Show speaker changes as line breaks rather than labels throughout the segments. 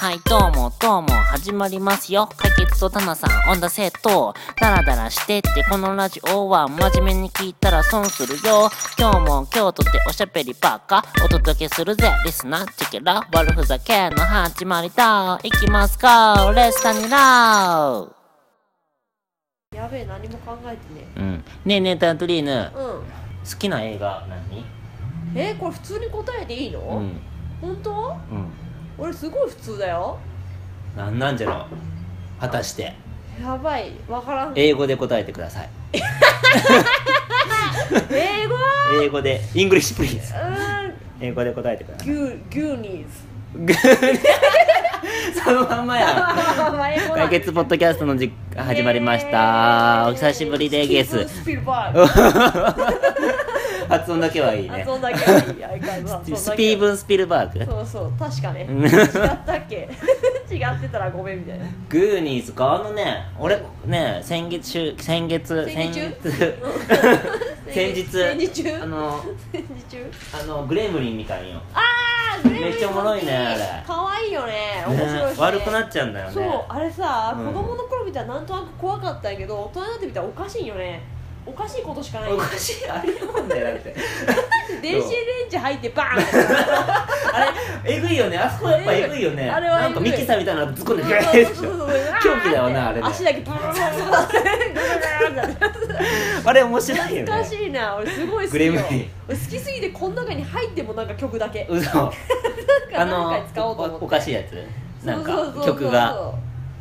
はいどうもどうも始まりますよ解決とタナさんオンダセットダラダラしてってこのラジオは真面目に聞いたら損するよ今日も今日とっておしゃべりばっかお届けするぜリスナーチェケラ悪ふざけの始まりだいきますかレスタニラー
やべえ何も考えてね
うんねえねえタントリーヌ
えうん
好きな映画何
えーこれ普通に答えていいの、
うん
本当
うん
俺すごい普通だよ
なんなんじゃろう果たして
やばいわからん
英語で答えてください
英語う
英語でイングリッシュプリーズ
ーん
英語で答えてください
ギュギューニーズ
そのまんまや
まあまあ英語だ
解決ポッドキャストのじ始まりましたお久しぶりでゲ
スティー
ス
ブン スピルバーグ
発音だけはいい
あ
ね
そん だけはいい相変わらず
スピーブン・スピルバーグ
そうそう確かね
うん
違ったっけ 違ってたらごめんみたいな
グーニーズかあのね俺ね先月週先月
先日
月 先日
戦時中
あの
戦時中
あのグレムリンみたいよ、ね、
あーグレムリン
めっちゃおもろいねあれ
可愛いよね面白いしね
悪くなっちゃうんだよね
そうあれさ、
うん
子供の頃見たらなんとなく怖かったんやけど大人になってみたらおかしいよねおかしいことしかない
おかしいあれなんだよだって
電子レンジ入ってバーン
あれえぐいよねあそこやっぱえぐいよね
あれは
な
え
ん
ぐ
か
い
ミキサーみたいなの突っ込んでグーッ
そう
て
そうそうそうあー
狂気だよなあれね
足だけバーンって
あれ面白いよ
おかし
ね
いな俺すごい好
グ
き
レ
よ
ム
俺
リン
好きすぎてこの中に入ってもなんか曲だけ
嘘
なんか
あ
何
の
回使おうと思って
おおかしいやつなん
そうそうそうそ
か
う
曲が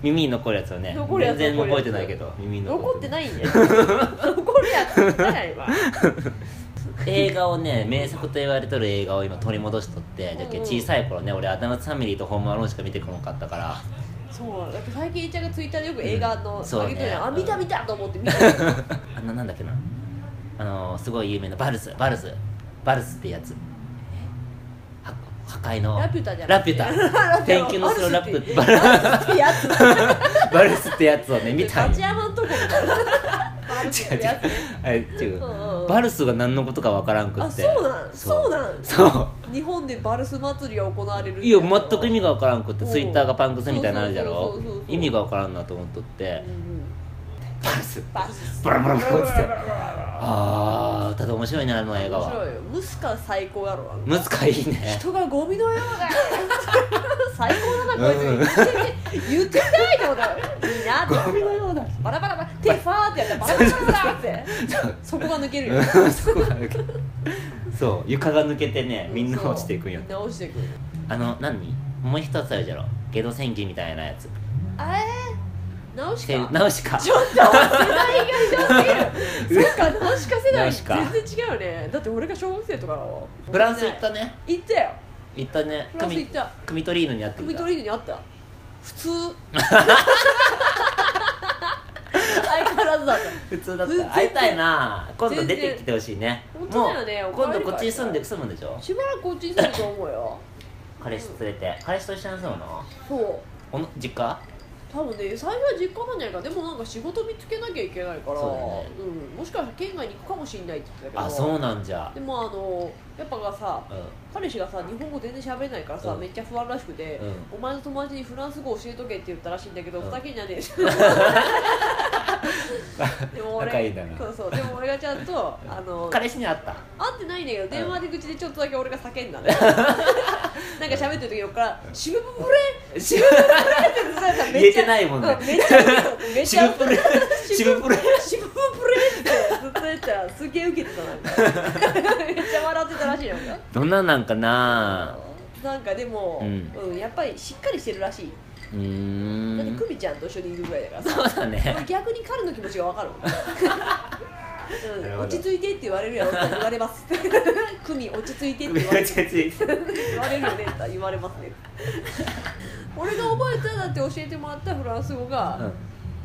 耳に残るやつよね
残るや
全
つ
然覚えてないけど耳に
残って
い
ないんだよ残るやつじゃないわ
映画をね名作と言われとる映画を今取り戻しとってだけど
うんうん
小さい頃ね俺「アダムス・ファミリー」と「ホームアローン」しか見てこなかったから
そうだって最近いちゃんがツイッターでよく映画の、
うんそうね
あげてるやんあ見た見たと思って見た
あのなんだっけなあのすごい有名なバルスバルスバルスってやつは破壊の
ラピュタじゃな
ラ
くて
ピュタ
ピュタ
天球の城ラピュ
バ
バ
ル
ル
やつ
バルスってやつをね見たん
立
よ
山のとこみたいなバルスってやつね
あ違う
うんうん
バルスが何のことかわからんく
あ
って
そうなんそう
う
なん
そう
日本でバルス祭りが行われるって
いや全く意味がわからんくって
うん
ツイッターがパンクスみたいになるじゃ
そ
ろ
うそうそうそうそう
意味がわからんなと思っとっ
うんう
て
ん
バルス
バルス
バラバラバラって
面
ああただ面白いねあの映画は
白いよムスカ最高やろあの
ムツカいいね
人がゴミのようだ最高だなこいつ言ってないってことだよいいなっ
ゴ
て
ミのようだ
バラバラバラ手ファーってやったらバラバラバラってそこが抜けるよ
そこが抜けそう床が抜けてねみんな落ちていくんよ
みんな落ちていく
あの何もう一つあるじゃろゲド戦記みたいなやつ
あれ直し
せ
か
ナウシカ
ちょっと世代が異常すぎるそっか直しか世
ナ
代
ウシカ
全然違うよねだって俺が小学生とかだろ
フランス行ったね
行ったよ
行ったね
フランス行った
クミトリーヌに会って
ク
み
ミ
た
トリーヌにあった 普通相変わらずだった
普通だっ
全
た
然
会いたいな今度
全
出
然
てきてほしいね
本当だよね
もう今度
お帰り
こっちに住ん
帰
で
り
住むんでしょ
しばらくこっちに住むと思うよ
彼氏連れて彼氏と一緒に住むの
そう
おの実家
多分ね最初は実家なんじゃないかでもなんか仕事見つけなきゃいけないから
そうだよね
うん、もしかしたら県外に行くかもしれないって言ってた
あ
けど
そうなんじゃ
でもあのやっぱがさ
う
彼氏がさ日本語全然喋れないからさ、
うん
めっちゃ不安らしくて、お前の友達にフランス語教えとけって言ったらしいんだけど、
うん
ふざけんじゃ ねえでも
仲いいんだな
そうそうでも俺がちゃんとあの
ん彼氏に会った
会ってないんだけど電話で口でちょっとだけ俺が叫んだね なんか喋ってる時横から「シムブ レシムブレ」ってさめっちゃ
言えてないもんね
うめっちゃめっ
シ
ちゃ
ルプレシルプレ
シムブレってずっと 言ったらすげえウケてたなんか めっちゃ笑ってたらしいなんか
どんなんなんかな
なんかでも、
う
うんんやっぱりしっかりしてるらしい、
う
だって
ーん
クミちゃんと一緒にいるぐらいだからさ
そうだ ね
逆に彼の気持ちがわか るもん
なる
う
ほ
ん、
ど
落ち着いてって言われるやろ って言われます クミ落ち着いてって
め
言われ
っ
る
ちゃついて
言われるよねって言われますね俺が覚えただって教えてもらったフランス語が、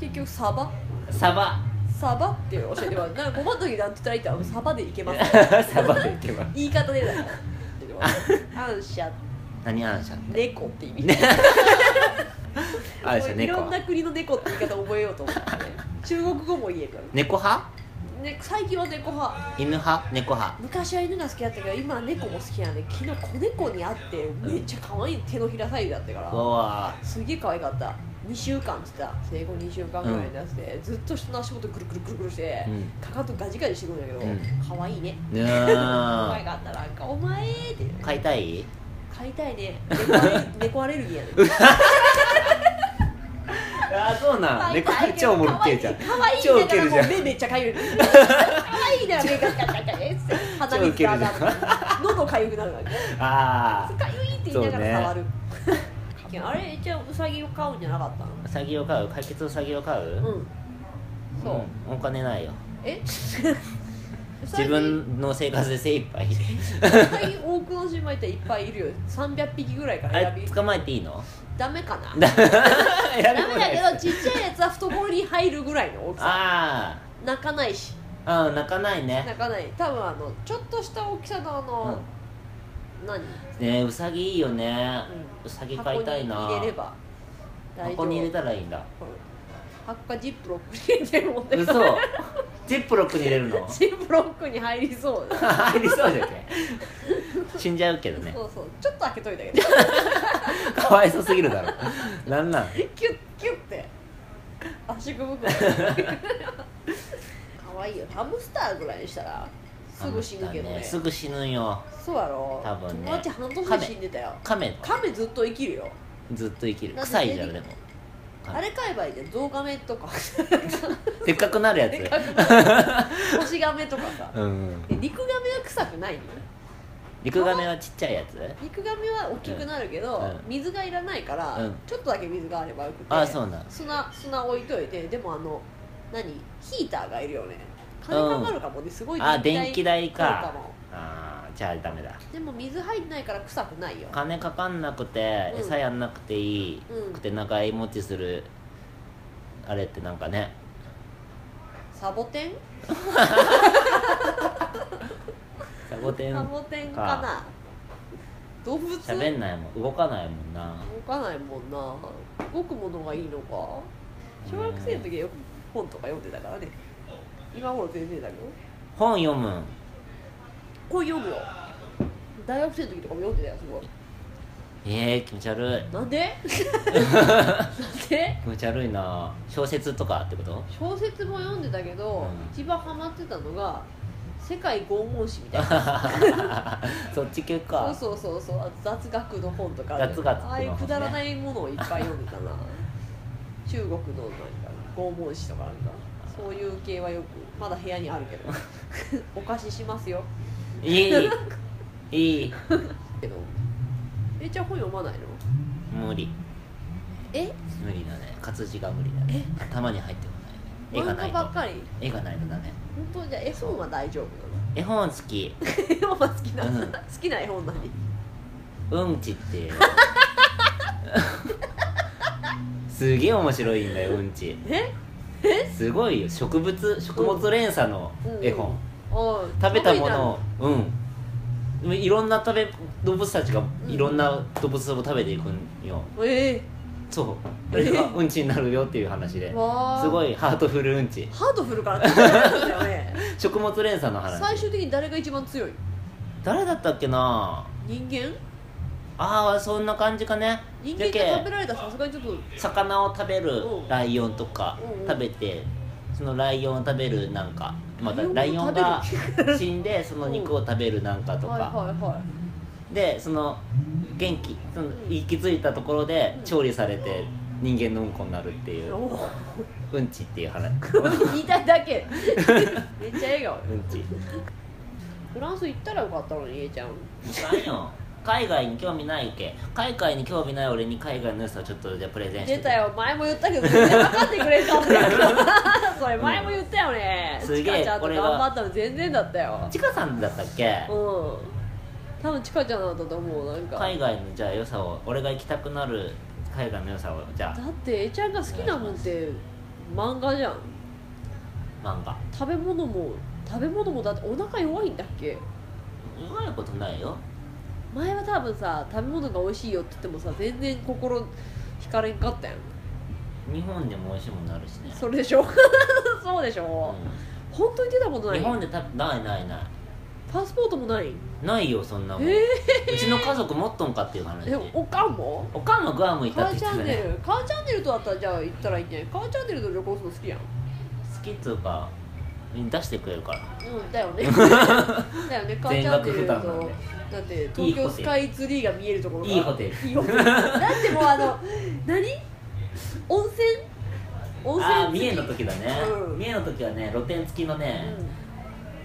結局サバ
サバ
サバっていうのを教えて もらったなんか困った時なんて言ったらいいって言ったらサバでいけます
サバでいけば
言い方でだから アンシャ
何アンシャ
猫って意味
ねアンシャ
いろ
猫
んな国の猫って言い方覚えようと思ってね中国語も言えるから
猫派
ね、最近は猫派
犬派猫派
昔は犬が好きだったけど今は猫も好きなんで昨日子猫に会ってめっちゃ可愛い手のひらサイズだったか
う
ら
わ
すげえ可愛かった2週間っつってた生後2週間ぐらいになってて、ずっと人の足元くるくるくるくるして、
うん
かかとガジガジしてくるんだけど、
うん
可愛いね
ね
可愛
え
かったなんか「お前」って
飼いたい
飼いたい ね猫アレ猫アレルギーやね
あそうなん猫飼い超おもろっけえじゃん
可愛い
超ウ
だ
ケ
から
る
も
じゃ
うん目めっちゃか ゆい。可愛いだから目がカチャカチャです。鼻水が上がる
超ウケる。
喉かゆくなるわけ。
あ
かゆいって言いながら触 る。あれじゃあウサギを飼うんじゃなかった
あうさぎを飼う解決うさぎを飼う、
の？うん。そう。
うんお金ないよ
え？
自分の生活で精一 杯
ウサギ多くの島行ったらいっぱいいるよ。三百匹ぐらいか
あ
ら選
れ
び。
捕まえていいの
ダメかな。
ダメ
ダ
だ
メだけどちっちゃいやつは懐に入るぐらいの大きさ。
あ
泣かないし。
あうん泣かないね
泣かない。多分あのちょっとした大きさのあの、何？
ねえうさぎいいよね
う
うさぎ飼いたいな
箱に入れれば大丈夫
箱に入れたらいいんだ
うん箱かジップロックに入れてるもんね
嘘 ジップロックに入れるの
ジップロックに入りそうだ
入りそうじゃけ死んじゃうけどね
そうそうちょっと開けといたけど
かわいそうすぎるだろなんなん
キュッキュッて足くぶ くかわいいよハムスターぐらいにしたらすぐ死ぬけどね
あんたすぐ死ぬよ
そうやろ
多分ね
友達半年で死んでたよ
カメ
カメずっと生きるよ
ずっと生きる
なんで
臭いじゃんでも
あれ買えばいいじゃんゾウガメと か
でっかくなるや
で
つ
かくなる星ガメとかさ
うん
え肉ガメは臭くないの
陸亀はちっちゃいやつ
肉ガメは大きくなるけど、
うん
水がいらないから、
うん
ちょっとだけ水があればよくて
あそうなん
砂砂置いといてでもあの何ヒーターがいるよね金かかるかもね、すごい
あ電気代
かかる
か
も
ああじゃあダメだ
でも水入んないから臭くないよ
金かかんなくて
うん
餌やんなくていい
うん
くて長い持ちするあれってなんかね
サボテン
サボテン
サボテンかな動物動
喋んないもん動かないもんな
かないもんな動くものがいいのか小学生の時はよく本とか読んでたからね今頃全然だけど
本読むん
これ読むよ大学生の時とかも読んでたよすごい
えー、気持ち悪い
なんで なんで
気持ち悪いな小説とかっ てこと
小説も読んでたけど、
うん
一番ハマってたのが「世界拷問誌」み たいな
そっち系
そう
か
そうそうそうあと雑学の本とか
雑学の本ね
ああいうくだらないものをいっぱい読んでたな中国のなんか拷問誌とかなんかそういう系はよくまだ部屋にあるけ どお貸ししますよ
いい いい
けどえじゃあ本読まないの
無理
え
無理だね活字が無理だね頭に入ってこない絵が
漫
な
画
い
ばっ
と
かり
絵がないとダメ
本当じゃあ絵本は大丈夫な
絵本好き
の絵本は好きなの、
うん
好きな絵本何
うんちって いうすげえ面白いんだようんち
え
すごいよ植物食物連鎖の絵本、
おい
食べたものをうんいろんな食べ動物たちがいろんな動物を食べていくんよ
え
そう
え
それがうんちになるよっていう話
え
で
わあ
すごいハートフルうんち
ハードフルからって言われるんだよね
食物連鎖の
最
話
終的に誰が一番強い
誰だったっけな
人間
ああそんな感じかね
人間って食べられたらさすがにちょっと
魚を食べる
うん
ライオンとか
うんうん
食べてそのライオンを食べるなんかまた
ラ
ラ
イ
イ
オ
オ
ンを
ン
食べる
が死んでその肉を食べるなんかと
はい
か
はいはい
でその元気その行き着いたところで
うん
調理されて人間のうんこになるっていう
おー
うんちっていう話
言いたいだけめっちゃ笑顔
うんち
フランス行ったらよかったのにえちゃん
いかんよ海外に興味ないけ海外に興味ない俺に海外の良さをちょっとじゃあプレゼンして
出たよ前も言ったけど全然分かってくれんかった よそれ前も言ったよね、
うん
ち
す
か
げえ
ちゃんと
こ
頑
れは
張ったの全然だったよ
ちかさんだったっけ
うん多分ちかちゃんだったと思うなんか
海外のじゃあ良さを俺が行きたくなる海外の良さをじゃ
だってえちゃんが好きなもんって漫画じゃん
あ漫画
食べ物も食べ物もだってお腹弱いんだっけ
うまいことないよ
前は多分さ食べ物が美味しいよって言ってもさ全然心惹かれんかったやん
日本でも美味しいものあるしね
それでしょそうでしょ、
う
本当に出たことない
日本でたないないない
パスポートもない
ないよそんなもん、
えー
うちの家族持っとんかっていう話
えおかんも
おかんもグアム行っ
カ
たっ
ー
て
チ
言っ
ャ
て
ン
た
ネ
ね
ルカーチャンネルとだったらじゃあ行ったらいいんじゃないカーチャンネルと旅行するの好きやん
好きっつうか出してくれるから
うんだよ ねだよねカー
全
チャン
額
ネル
負
と
担なんで
だって東京スカイツリーが見えるところが
いいホテル
いいホテルだってもうあの何温泉温
ああー
泉
三重の
付き
時だね、
うん
三重の時はね露天付きのね、
うん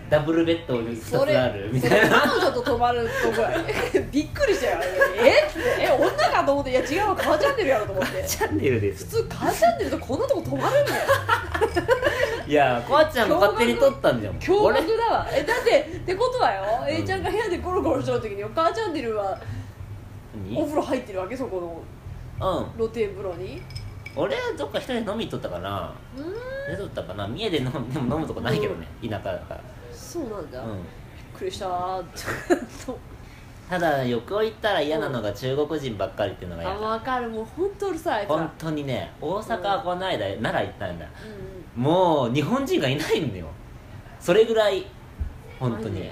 ダブルベッド2つ
それ
あるみたいな
それ彼女と泊まるとこや びっくりしたよえっつってえ女かと思っていや違うわカーチャンネルやろと思って
チャンネルで
普
す
通カーチャンネルとこんなとこ泊まるんだよ
いやこわちゃんが勝手に撮ったんだよ
驚
俺
愕だわえだってってことはよ、
ん
A ちゃんが部屋でゴロゴロしてる時にお母チャンネルはお
何
風呂入ってるわけそこの
うん
露天風呂に
俺はどっか一人で飲みに行っとったかな
うーん
寝とったかな三重で飲むでも飲むとこないけどね田舎だか
そうなんだ、
ら、うん、
びっくりしたー
ただ旅行行ったら嫌なのが中国人ばっかりっていうのが
あ
嫌
わかるもう本当うるさいあいつら
本当にね大阪はこの間奈良行ったんだ
う
もう日本人がいないんだよそれぐらい本当
マジ
に
で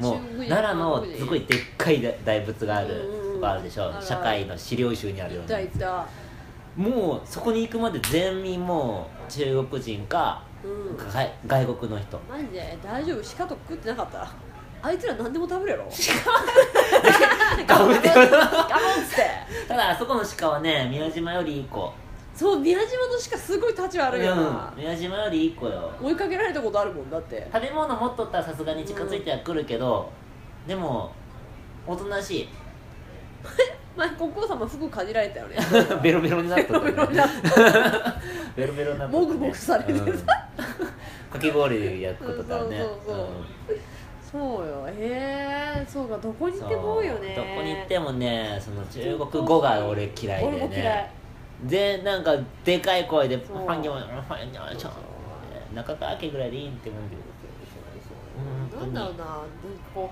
もう
中国人
奈良の
中国人
すごいでっかい大仏がある
うんうん
とこあるでしょ
ある
社会の資料集にある
ん
よ
いうた
ない
た
もうそこに行くまで全員もう中国人か
うん
が外国の人
マジで大丈夫鹿とか食ってなかったあいつら何でも食べるやろ
ガブって
ガブって
ただあそこの鹿はね宮島よりいい子
そう宮島の鹿すごい立ち悪いよな
うん、、宮島よりいい子よ
追いかけられたことあるもんだって
食べ物持っとったらさすがに近づいてはくるけど、でもおと なしい
前国王様服かじられたよね
ベロベロになっとった、ね、
ベロベロになっ
ベロベロになっとっ
も
た、
ぐもぐされて
うんかき氷やっことだね
そうそうそうそうよへえそうかどこに
う
行
ん
っても多いよね
そうどこに行ってもねその中国語が俺嫌いでね
俺も嫌い
でなんかでかい声で「
そう
ファンギョンファンギョン
そう
ち
そ
ょ
う」
中川家ぐらいでいいんって思うんだけど
そうなんだろうななんかこ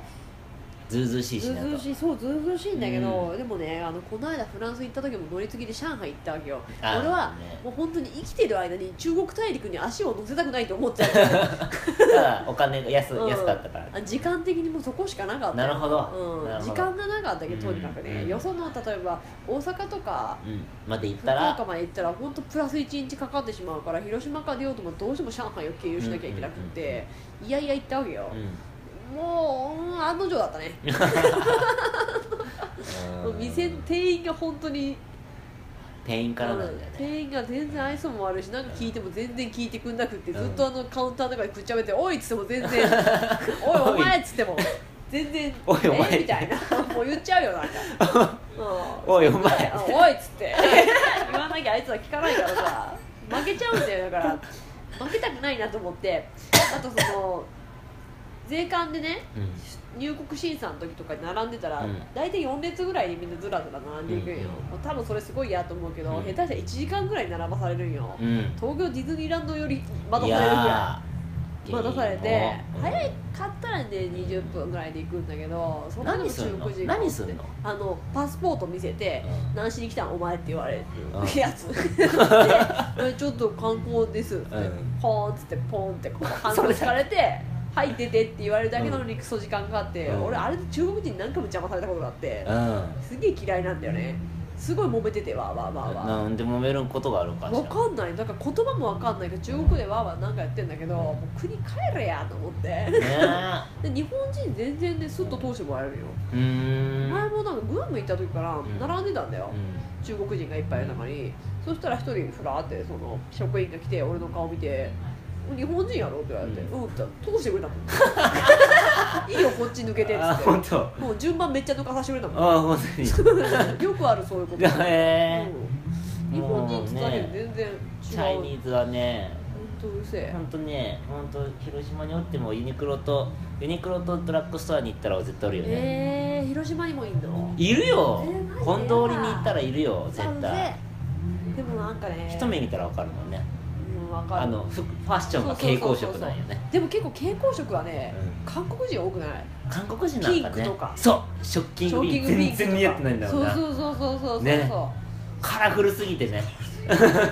ずうずうし
う
いし
ずう
な
ず
ん
う
か
しいそうずうずうしいんだけど、
う
でもねあのこの間フランス行った時も乗り継ぎで上海行ったわけよ
あー
俺は
ね
もう本当に生きてる間に中国大陸に足を乗せたくないと思っちゃ って
ただお金が安
うん
安かったから
あ時間的にもうそこしかなかった
なるほど
うん
なるほ
時
ど
間がなかったけどとにかくね、
うん
よその例えば大阪とか
うんまで行っ
福
たら
岡まで行ったら本当プラス1日かかってしまうから広島から出ようともどうしても上海を経由しなきゃいけなくて、いやいや行ったわけよ
う、ん
もう、うん案の定だったね、もう店店員が本当に
店員からなんだよ
うん
ね
店員が全然愛想も悪いしなんか聞いても全然聞いてくんなくって、ずっとあのカウンターとかでくっちゃべ って「おい!」っつっても全然「おいお前!」っつっても全然「
おいお前
えみたいなもう言っちゃうよなんか 「うん
おいお前
あおい!」っつって 言わなきゃあいつは聞かないからさ負けちゃうんだよだから負けたくないなと思ってあとその税関でね
う
入国審査の時とかに並んでたら、
うん
大体4列ぐらいでみんなずらずら並んでいくんよ、
うんうん
もう多分それすごい嫌と思うけど、
うん
下手したら1時間ぐらい並ばされるんよ、
んうん
東京ディズニーランドより待
い
たされるぐ
や
らい
ー
待たされて
ゲームを
早かったらね20分ぐらいで行くんだけどそんなの
何す
中
んの
国人
何すんの
あのパスポート見せて「
う
何しに来たんお前」って言われる
うん
や つでえ「ちょっと観光です」って
うん
「はあ」っつってポンってこう反応されて「はい出て」って言われるだけなのにクソ時間かかって、
うん
俺あれで中国人に何回も邪魔されたことがあって、
うん
すげえ嫌いなんだよねすごい揉めててわーわーわーわー
なんで揉めることがあるんかしら
わかんないなんか言葉もわかんないけど中国でわーわーなんかやってんだけどもう国帰れやと思 って
ね
で日本人全然ねスッと通してもらえるよ
えうーん
前もなんかグアム行った時から
ん
並んでたんだよ、
う
中国人がいっぱいいる中にそしたら一人ふらーってその職員が来て俺の顔見て「日本人やろ?」って言われて「
う
うん」って言ったら通してくれ たもん「いいよこっち抜けて」っ
ん
つ
あ
って
本当
もう順番めっちゃ抜かさせてくれたもん
あ本当 に
よくあるそういうこと、
へえ
うん日本人っつったけど全然違う
チャイニーズはね
本当うるせえ
本当ね本当広島におってもユニクロとユニクロとドラッグストアに行ったら絶対おるよね、
えー、広島にもいんの
いるよ
えーマジで
本通りに行ったらいるよ絶対
でもなんかね
一目見たらわかるもんね
うん、わかる
あのふファッションが蛍光色なんよね
でも結構蛍光色はね、
う
韓国人多くない
韓国人なんかね
ピンクとか
そうショッキングピンク
ピ
全然似合ってないんだろうな
そうそうそうそうそうそう
ね カラフルすぎてねね
なんか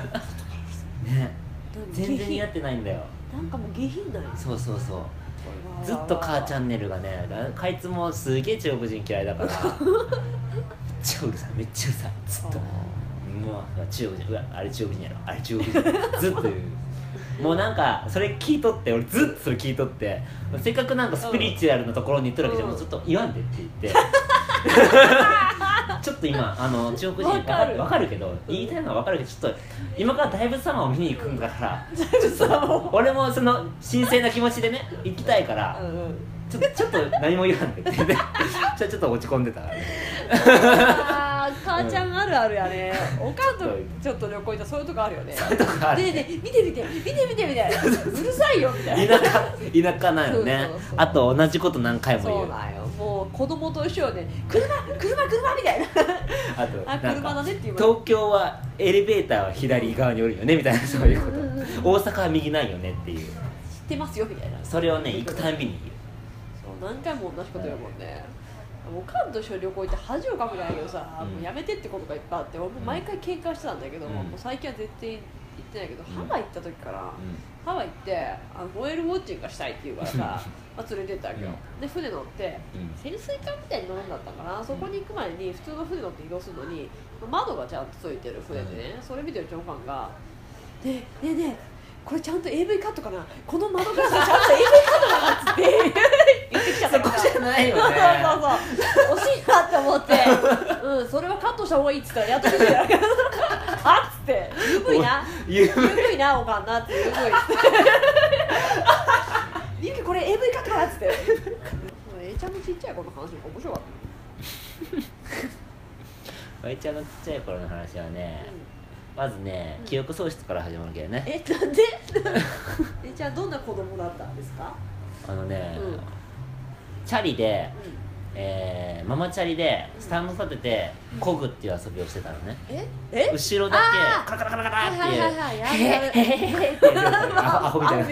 全然似合ってないんだよ
なんかもう下品なんや
そうそうそううずっとカーチャンネルがねなかいつもすげえ中国人嫌いだ からめっちゃうるさいめっちゃうるさいずっともう中国人うわあれ中国人やろあれ中国人ずっと言うもうなんかそれ聞いとって俺ずっとそれ聞いとってせっかくなんかスピリチュアルなところに行っとる わけじゃん、
うん
もうずっと言わんでって言ってちょっと今あの中国人
わかる
わかるけど言いたいのはわかるけどちょっと今から大仏様を見に行くんだから
そう
俺もその神聖な気持ちでね行きたいから、
うんうん
ちょちょっと何も言わんでって 言ってちょちょっと落ち込んでたからね
あー母ちゃんあるあるやね、おかんとちょっと旅行行ったらそういうとこあるよね
とかある
でで見て見て見て見てみたいなうるさいよみたいな
田舎田舎なんよね
そうそうそう
あと同じこと何回も
そ
言
う
う
なんよもう子供と一緒よね車車車みたい な
あと
あ
なん
車だ
か
ねって言われる
東京はエレベーターは左側におるよねみたいなそういうこと
うんうんうん
大阪は右ないよねっていう
知ってますよみたいな
それをね行くたんびに言う
そう何回も同じこと言うもんねおかんと一緒に旅行行って恥をかくじゃないけどさ、
うん
もうやめてってことがいっぱいあって俺も毎回喧嘩してたんだけど、
うん
もう最近は絶対行ってないけど、
ん
ハワイ行った時から、ハワイってあのホエールウォッチングがしたいって言うからさ、まあ、連れてったわけよ、で船乗って
うん
潜水艦みたいに乗るんだったかなそこに行く前に普通の船乗って移動するのに窓がちゃんとついてる船でねそれ見てる長官が「ねえねえねえこれちゃんと AV カットかなこの窓ガラスちゃんと AV カットだな」っつって言ってきちゃった から
そこじゃないよね
そうそうそう惜しいなって思って「うんそれはカットした方がいい」っつったら やっと出てるあっつって「
うん
UV な」
言う
ゆるいなおかんなってゆるいってゆきこれ AV カットかなっつってもう A ちゃんのちっちゃい子の話も面白かっ
わいちゃんのちっちゃい頃の話はね
た、
まずね記憶喪失から始まるけどね
えなんでえちゃんどんな子供だったんですか
あのね、
うん
チャリで
うん、
えーママチャリでスタンド立ててこぐっていう遊びをしてたのね
ええ
後ろだ
あー
けカラカラカラカ
はい
ラっ
は
て
い
いう
はいはいやるやる
ってやるのねアホアホみたいな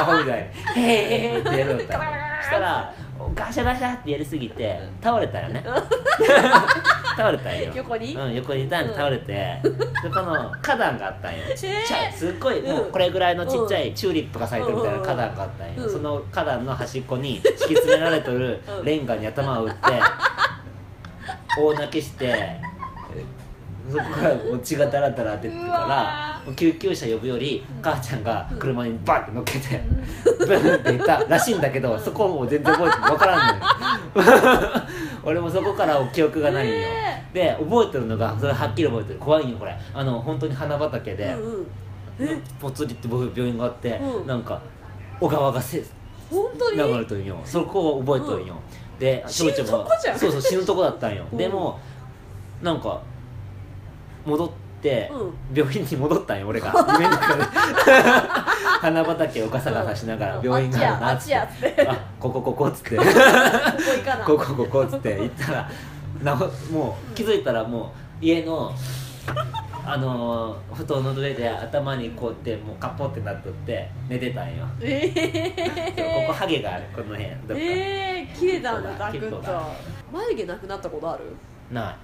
アホみたいな「へえ へえ」ってやるのったのそしたらガシャガシャってやりすぎて倒れたよね 倒れたんよ
横に
うん、横にいたんで倒れて、でこの花壇があったんよちっちゃ
えー
いすっごい、
うん
もうこれぐらいのちっちゃいチューリップが咲いてるみたいな
うん
花壇があったんよ、
うん
その花壇の端っこ に敷き詰められとる
うん
レンガに頭 を打って大泣きしてそこからもう血がダラダラ出てる
う
か
わ
ら救急車呼ぶより
うん
母ちゃんが車にバッて乗っけてブーンって行ったらしいんだけどそこはもう全然覚えてない分からんのよ 俺もそこから記憶がないよ、
え
で覚えてるのがそれはっきり覚えてる怖いよこれあの本当に花畑で、
うんうん
ぽつりって僕病院があって、
うん
なんか小川がせ
本当に
流れとんよそこを覚えとんよ、で
死ぬ
翔ち
とこじゃん
そうそう死ぬとこだったんよ、
うん
でもなんか戻って、
う
病院に戻ったんよ 俺が夢の中で花畑をガサガサしながら
うん
病院があるな
あっちやあっちやっ
あここここっ つって
ここ行かな
ここここっつって行ったらなおもう気づいたらもう家のあのー布団の上で頭にこうやってもうカポってなっとって寝てたんよ
え
そうここハゲがあるこの辺どっか、
ー、えー、切れたんだザク
結
ッ
構
と
だ
眉毛なくなったことある
ない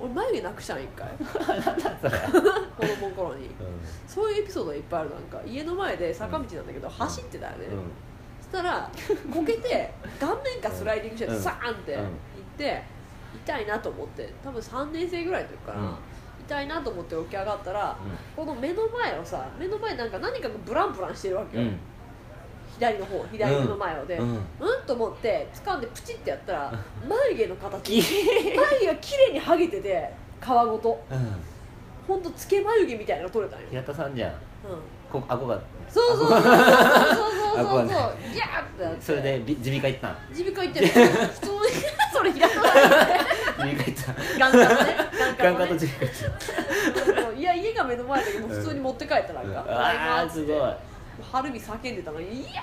俺眉毛なくしたん一回
それ、
子供の頃にそういうエピソードがいっぱいあるなんか家の前で坂道なんだけど走ってたよね、
うんうん
そしたらこけて顔面かスライディングして
うん
サーンって
う
行
ん
って痛いなと思って多分3年生ぐらいの時かな、
うん
痛いなと思って起き上がったら、この目の前をさ目の前なんか何かがブランブランしてるわけ
う
よ、
ん
左の方左目の前をで、
う
うん
ん
と思って掴んでプチってやったら眉毛の形眉毛が綺麗に剥げてて皮ごと
うん
ほんとつけ眉毛みたいなのが取れたんよ、
平田さんじゃん
うん
こ顎が
そうそうそうそうそうそう
あ
そ
ごめ
うんギ
ね
ャーってなって
それでび耳鼻科行ったん
耳鼻科行ってる普通 にそれ開かない
耳鼻科行った
眼科のね 眼
眼科
科
と
のね
耳鼻科行った
いや家が目の前だけど普通に持って帰ったらなんか
うわーすごい
春日叫んでたのに「いや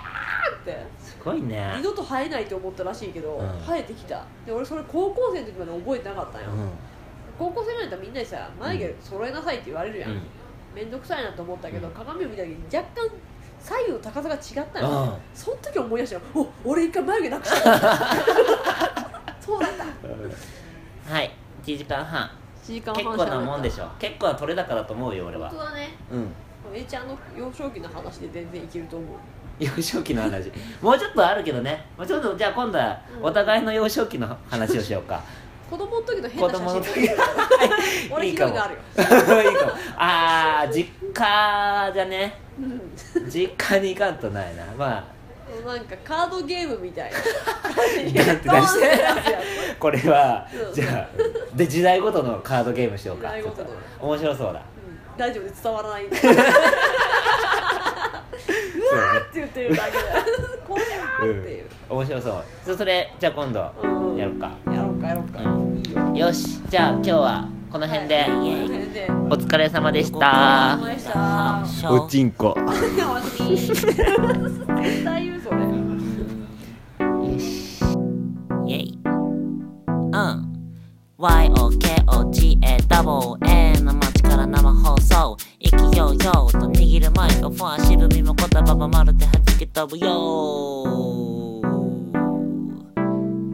ー!」って
すごいね
二度と生えないと思ったらしいけど、
うん
生えてきたで俺それ高校生の時まで覚えてなかったんよ、
う
高校生までだったらみんなにさ眉毛揃えなさいって言われるやん、
んうん
面倒くさいなと思ったけど、
うん
鏡を見た時に若干左右の高さが違ったの、
うん
その時思い出したのお俺一回眉毛なく したのそうだった
はい1時間半
1時間
結構なもんでしょ結構な取れ高だと思うよ俺は
本当だね
うん
えいちゃんの幼少期の話で全然いけると思う
幼少期の話もうちょっとあるけどねもうちょっとじゃあ今度はお互いの幼少期の話をしようか
子供の時の変な写真
子供の時
俺
いい
ひ
か
ど
も
いのあるよ
いいかもあー実家じゃね
うん
実家に行かんとないなまあ
なんかカードゲームみたいな
なんて出して
ドーンってやつ
これは
うん
じゃあで時代ごとのカードゲームしようか
時代ごとの
ちょっと面白そ
う
うだ
んラジオで伝わら ないんだ
そうだね
って言ってるだけでこれはっていう、
うん、面白そうそそれじゃあ今
うん
度やろうか、
やろうかやろうか、
う
いいよ
よしじゃあ今日はこの辺で、
はいこの辺で
お疲れ様でし
あ
た
りがとうございまし
お
んこ
た私絶対言うそれ
イェイうん YOKOGAWA の街から生放送勢いようと握るマイクフォン渋みも言葉もまるで弾け飛ぶよ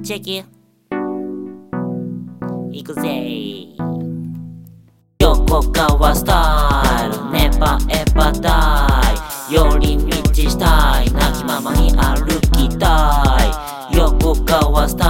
チェキ行くぜ横川スタイルネバエバダイ寄り道したい泣きままに歩きたい横川スタ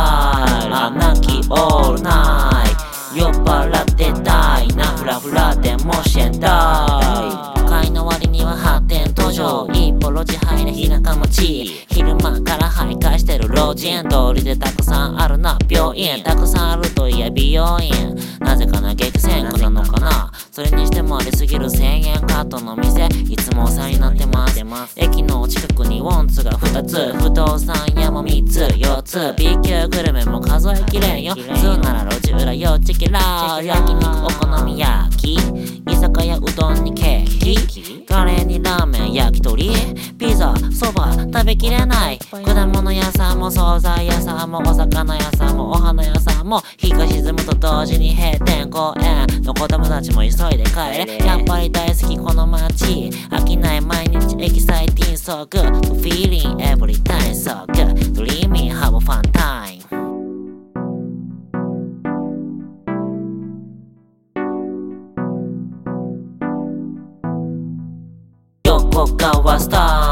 イルあ泣きオールナイト酔っ払ってたいなフラフラでもしんだい会の割には発展途上一歩路地入れ田舎町昼間から徘徊してる老人通りでたくさんあるな病院たくさんあるといえ美容院なぜかな激戦区なのかなそれにしてもありすぎる1000円カートの店いつもお世話になってます駅の近くにウォンツが2つ不動産屋も3つ4つ B 級グルメも数えきれんよ通なら路地裏よチキラー焼肉お好み焼き居酒屋うどんにケーキカレーにラーメン焼き鳥ピザそば食べきれない果物屋さんも惣菜屋さんもお魚屋さんもお花屋さんも日が沈むと同時に閉店公園の子供たちも急いで帰れやっぱり大好きこの街飽きない毎日エキサイティングソーグ Feeling every time so good Dreamy have a fun time 横川スタ